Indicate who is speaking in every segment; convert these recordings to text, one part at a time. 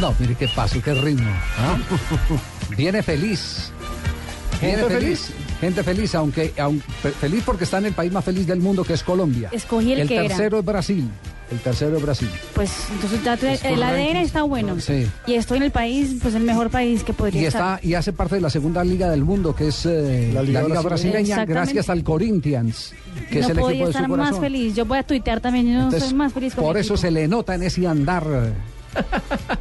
Speaker 1: No, mire qué paso, qué ritmo. ¿ah? Viene feliz. Viene
Speaker 2: Gente
Speaker 1: feliz. Gente feliz, aunque, aun- fe- feliz porque está en el país más feliz del mundo que es Colombia.
Speaker 3: Escogí el que era.
Speaker 1: tercero es Brasil. El tercero es Brasil.
Speaker 3: Pues entonces ya tra- el ADN está bueno.
Speaker 1: Sí.
Speaker 3: Y estoy en el país, pues el mejor país que podría
Speaker 1: Y
Speaker 3: estar.
Speaker 1: está y hace parte de la segunda liga del mundo que es eh, la liga,
Speaker 2: La liga
Speaker 1: brasileña,
Speaker 2: brasileña.
Speaker 3: Exactamente.
Speaker 1: gracias al Corinthians que es
Speaker 3: no
Speaker 1: el equipo
Speaker 3: podía
Speaker 1: de su
Speaker 3: estar
Speaker 1: corazón.
Speaker 3: más feliz. Yo voy a tuitear también, yo
Speaker 1: Entonces,
Speaker 3: soy más feliz con
Speaker 1: por
Speaker 3: mi
Speaker 1: eso
Speaker 3: equipo.
Speaker 1: se le nota en ese andar eh,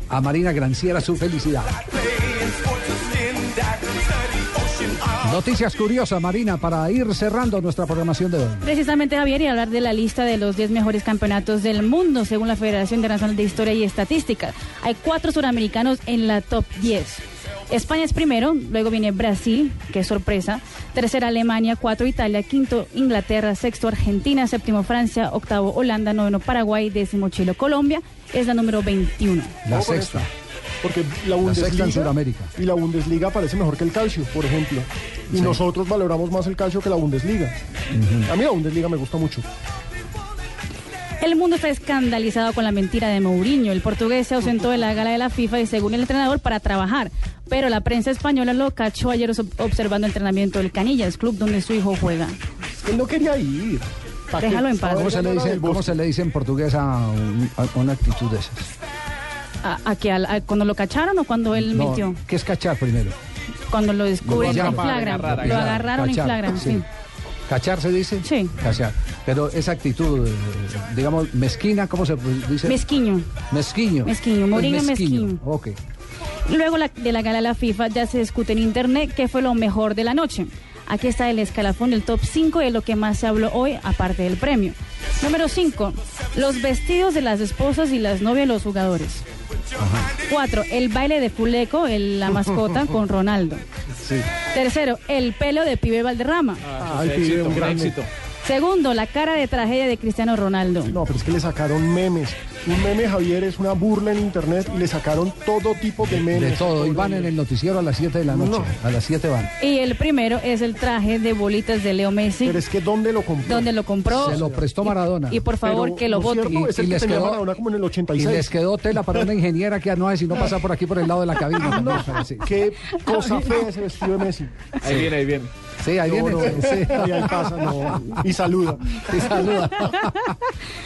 Speaker 1: a Marina Granciera su felicidad. Noticias curiosas, Marina, para ir cerrando nuestra programación de hoy.
Speaker 3: Precisamente Javier y hablar de la lista de los 10 mejores campeonatos del mundo según la Federación Internacional de Historia y Estadística. Hay cuatro suramericanos en la top 10. España es primero, luego viene Brasil, que es sorpresa, tercera Alemania, cuatro Italia, quinto Inglaterra, sexto Argentina, séptimo Francia, octavo Holanda, noveno Paraguay, décimo Chile, Colombia, es la número 21.
Speaker 1: La
Speaker 2: Ojo con
Speaker 1: sexta.
Speaker 2: eso. Porque
Speaker 1: sexta
Speaker 2: la
Speaker 1: en
Speaker 2: Bundesliga.
Speaker 1: Sudamérica.
Speaker 2: Y la Bundesliga parece mejor que el calcio, por ejemplo. Y nosotros valoramos más el calcio que la Bundesliga. A mí la Bundesliga me gusta mucho.
Speaker 3: El mundo está escandalizado con la mentira de Mourinho. El portugués se ausentó de la gala de la FIFA y según el entrenador para trabajar. Pero la prensa española lo cachó ayer os- observando el entrenamiento del Canillas, club donde su hijo juega.
Speaker 2: Él no quería ir. ¿Pa' qué?
Speaker 3: Déjalo en paz.
Speaker 2: Estaba
Speaker 1: ¿Cómo se, le
Speaker 2: ganando la
Speaker 1: dice,
Speaker 2: del
Speaker 1: ¿Cómo
Speaker 2: Bosque.
Speaker 1: se le dice en portugués a, un- a una actitud de esas?
Speaker 3: ¿A, a que al- a- cuando lo cacharon o cuando él
Speaker 1: No,
Speaker 3: mintió?
Speaker 1: ¿Qué es cachar primero?
Speaker 3: Cuando lo descubren
Speaker 1: pillaron.
Speaker 3: en flagra.
Speaker 1: Lo pillaron,
Speaker 3: Lo agarraron en
Speaker 1: cachar,
Speaker 3: flagra,
Speaker 1: sí.
Speaker 3: sí.
Speaker 1: ¿Cachar se dice?
Speaker 3: Sí.
Speaker 1: Cachar. Pero esa actitud, eh, digamos, mezquina, ¿cómo se dice?
Speaker 3: Mezquiño.
Speaker 1: Mezquiño.
Speaker 3: Mezquiño, Mourinho es mezquiño.
Speaker 1: Ok.
Speaker 3: Luego la- de la gala de la FIFA ya se discute en internet qué fue lo mejor de la noche. Aquí está el escalafón del top 5 de lo que más se habló hoy, aparte del premio. Número 5. Los vestidos de las esposas y las novias de los jugadores. 4. El baile de Puleco, el- la mascota, con Ronaldo. Tercero, el pelo de Pibe Valderrama.
Speaker 2: Ay, pibe, un gran éxito.
Speaker 3: Segundo, la cara de tragedia de Cristiano Ronaldo.
Speaker 2: No, pero es que le sacaron memes. Un meme, Javier, es una burla en internet y le sacaron todo tipo de memes.
Speaker 1: De todo. Y van en el noticiero a las 7 de la noche.
Speaker 2: No.
Speaker 1: A las 7 van.
Speaker 3: Y el primero es el traje de bolitas de Leo Messi,
Speaker 2: Pero es que ¿dónde lo compró?
Speaker 3: donde lo compró.
Speaker 1: Se lo prestó Maradona.
Speaker 3: Y por favor,
Speaker 2: Pero,
Speaker 3: que lo
Speaker 2: ¿no es
Speaker 3: voten.
Speaker 2: cierto?
Speaker 1: Y-
Speaker 2: Es
Speaker 1: y
Speaker 2: el que
Speaker 1: les
Speaker 2: tenía
Speaker 1: quedó-
Speaker 2: Maradona como en el
Speaker 1: Y
Speaker 2: 86.
Speaker 1: les quedó tela para una ingeniera que no si no pasa por aquí por el lado de la cabina. Ah, No, pero sí.
Speaker 2: Qué cosa fea ese vestido de Messi.
Speaker 4: Ahí viene, ahí viene.
Speaker 1: Sí, ahí
Speaker 2: No,
Speaker 1: viene.
Speaker 2: no,
Speaker 1: sí.
Speaker 2: Y ahí pasa, no. Y saluda.
Speaker 1: Y saluda.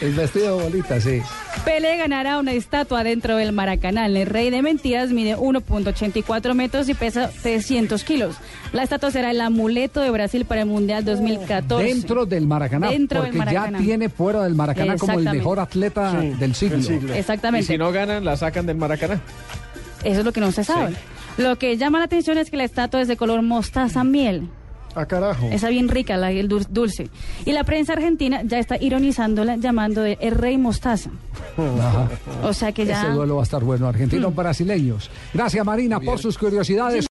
Speaker 1: El vestido de bolita, sí.
Speaker 3: Pelé ganará una estatua dentro del Maracaná. El rey de mentiras mide 1.84 metros y pesa 300 kilos. La estatua será el amuleto de Brasil para el Mundial
Speaker 4: Oh,
Speaker 3: 2014.
Speaker 1: Dentro del Maracaná.
Speaker 3: Dentro del
Speaker 1: porque
Speaker 3: Maracaná.
Speaker 1: ya tiene fuera del Maracaná como el
Speaker 3: Exactamente.
Speaker 1: mejor atleta
Speaker 2: Sí,
Speaker 1: del siglo.
Speaker 2: del siglo.
Speaker 4: Y
Speaker 3: Exactamente.
Speaker 4: si no ganan, la sacan del Maracaná.
Speaker 3: Eso es lo que no se sabe. Lo que llama la atención es que la estatua es de color mostaza miel.
Speaker 2: A
Speaker 1: Ah,
Speaker 2: carajo.
Speaker 3: Esa bien rica, la, el dul- dulce. Y la prensa argentina ya está ironizándola llamando de el rey mostaza.
Speaker 1: Ajá.
Speaker 3: O sea que ya... Mm.
Speaker 1: Ese duelo va a estar bueno. Argentinos brasileños. Gracias, Marina, por sus curiosidades.